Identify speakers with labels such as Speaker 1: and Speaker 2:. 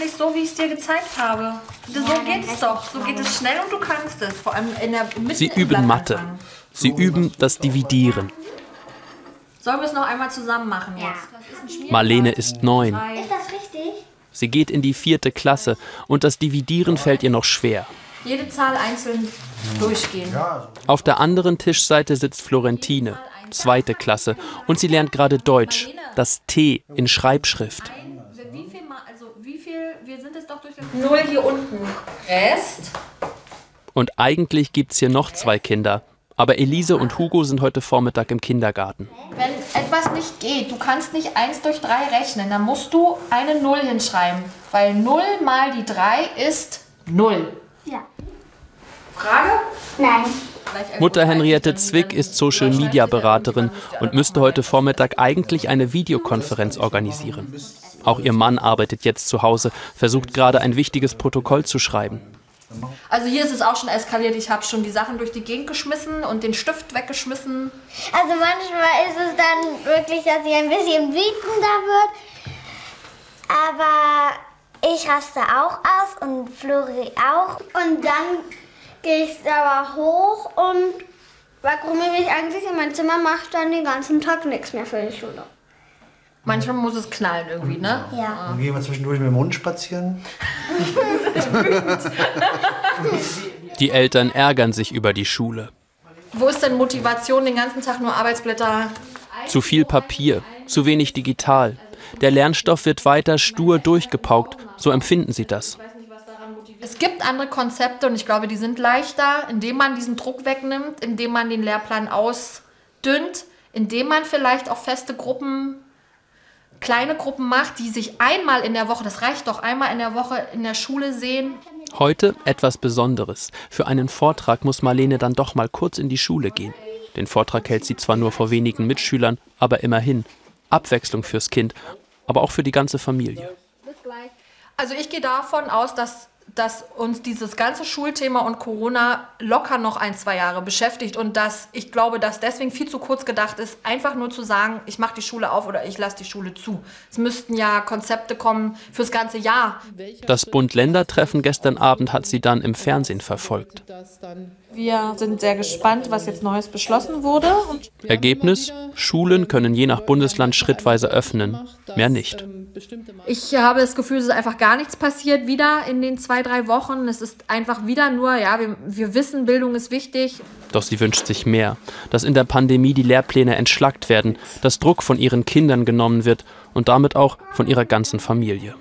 Speaker 1: nicht so, wie ich es dir gezeigt habe. Das- so
Speaker 2: dann
Speaker 1: geht es
Speaker 2: rechnet
Speaker 1: doch. So
Speaker 2: mal.
Speaker 1: geht es schnell und du kannst es. Vor allem in der mitten
Speaker 3: Sie
Speaker 1: im
Speaker 3: üben
Speaker 1: Blatt
Speaker 3: Mathe.
Speaker 1: anfangen.
Speaker 3: Sie üben das Dividieren.
Speaker 1: Sollen wir es noch einmal zusammen machen
Speaker 2: Ja.
Speaker 1: jetzt? Das ist ein Schmierplan.
Speaker 3: Marlene ist neun.
Speaker 1: Drei.
Speaker 2: Ist das richtig?
Speaker 3: Sie geht in die vierte Klasse und das Dividieren fällt ihr noch schwer.
Speaker 1: Jede Zahl einzeln durchgehen.
Speaker 3: Auf der anderen Tischseite sitzt Florentine, zweite Klasse, und sie lernt gerade Deutsch, das T in Schreibschrift.
Speaker 1: Wie viel mal, also wie viel, wir sind es doch durch den Null hier unten. Rest.
Speaker 3: Und eigentlich gibt's hier noch zwei Kinder, aber Elise und Hugo sind heute Vormittag im Kindergarten.
Speaker 1: Wenn etwas nicht geht, du kannst nicht 1 durch 3 rechnen, dann musst du eine 0 hinschreiben. Weil 0 mal die 3 ist 0.
Speaker 2: Ja.
Speaker 1: Frage?
Speaker 2: Nein.
Speaker 3: Mutter Henriette Zwick ist Social Media Beraterin und müsste heute Vormittag eigentlich eine Videokonferenz organisieren. Auch ihr Mann arbeitet jetzt zu Hause, versucht gerade ein wichtiges Protokoll zu schreiben.
Speaker 1: Also hier ist es auch schon eskaliert. Ich habe schon die Sachen durch die Gegend geschmissen und den Stift weggeschmissen.
Speaker 2: Also manchmal ist es dann wirklich, dass ich ein bisschen wütender wird. Aber ich raste auch aus und Flori auch. Und dann gehe ich sauer hoch und warum mich eigentlich in mein Zimmer macht dann den ganzen Tag nichts mehr für die Schule.
Speaker 1: Manchmal muss es knallen irgendwie, ne?
Speaker 2: Ja.
Speaker 4: Dann gehen wir zwischendurch mit dem Hund spazieren.
Speaker 3: Die Eltern ärgern sich über die Schule.
Speaker 1: Wo ist denn Motivation, den ganzen Tag nur Arbeitsblätter?
Speaker 3: Zu viel Papier, zu wenig digital. Der Lernstoff wird weiter stur durchgepaukt, so empfinden sie das.
Speaker 1: Es gibt andere Konzepte und ich glaube, die sind leichter, indem man diesen Druck wegnimmt, indem man den Lehrplan ausdünnt, indem man vielleicht auch feste Gruppen, kleine Gruppen macht, die sich einmal in der Woche, das reicht doch, einmal in der Woche in der Schule sehen.
Speaker 3: Heute etwas Besonderes. Für einen Vortrag muss Marlene dann doch mal kurz in die Schule gehen. Den Vortrag hält sie zwar nur vor wenigen Mitschülern, aber immerhin. Abwechslung fürs Kind, aber auch für die ganze Familie.
Speaker 1: Also ich gehe davon aus, dass, dass uns dieses ganze Schulthema und Corona locker noch ein, zwei Jahre beschäftigt und dass ich glaube, dass deswegen viel zu kurz gedacht ist, einfach nur zu sagen, ich mache die Schule auf oder ich lasse die Schule zu. Es müssten ja Konzepte kommen fürs ganze Jahr.
Speaker 3: Das Bund-Länder-Treffen gestern Abend hat sie dann im Fernsehen verfolgt.
Speaker 5: Wir sind sehr gespannt, was jetzt Neues beschlossen wurde. Und
Speaker 3: Ergebnis? Schulen können je nach Bundesland schrittweise öffnen, mehr nicht.
Speaker 1: Ich habe das Gefühl, es ist einfach gar nichts passiert wieder in den zwei, drei Wochen. Es ist einfach wieder nur, ja, wir, wir wissen, Bildung ist wichtig.
Speaker 3: Doch sie wünscht sich mehr, dass in der Pandemie die Lehrpläne entschlackt werden, dass Druck von ihren Kindern genommen wird und damit auch von ihrer ganzen Familie.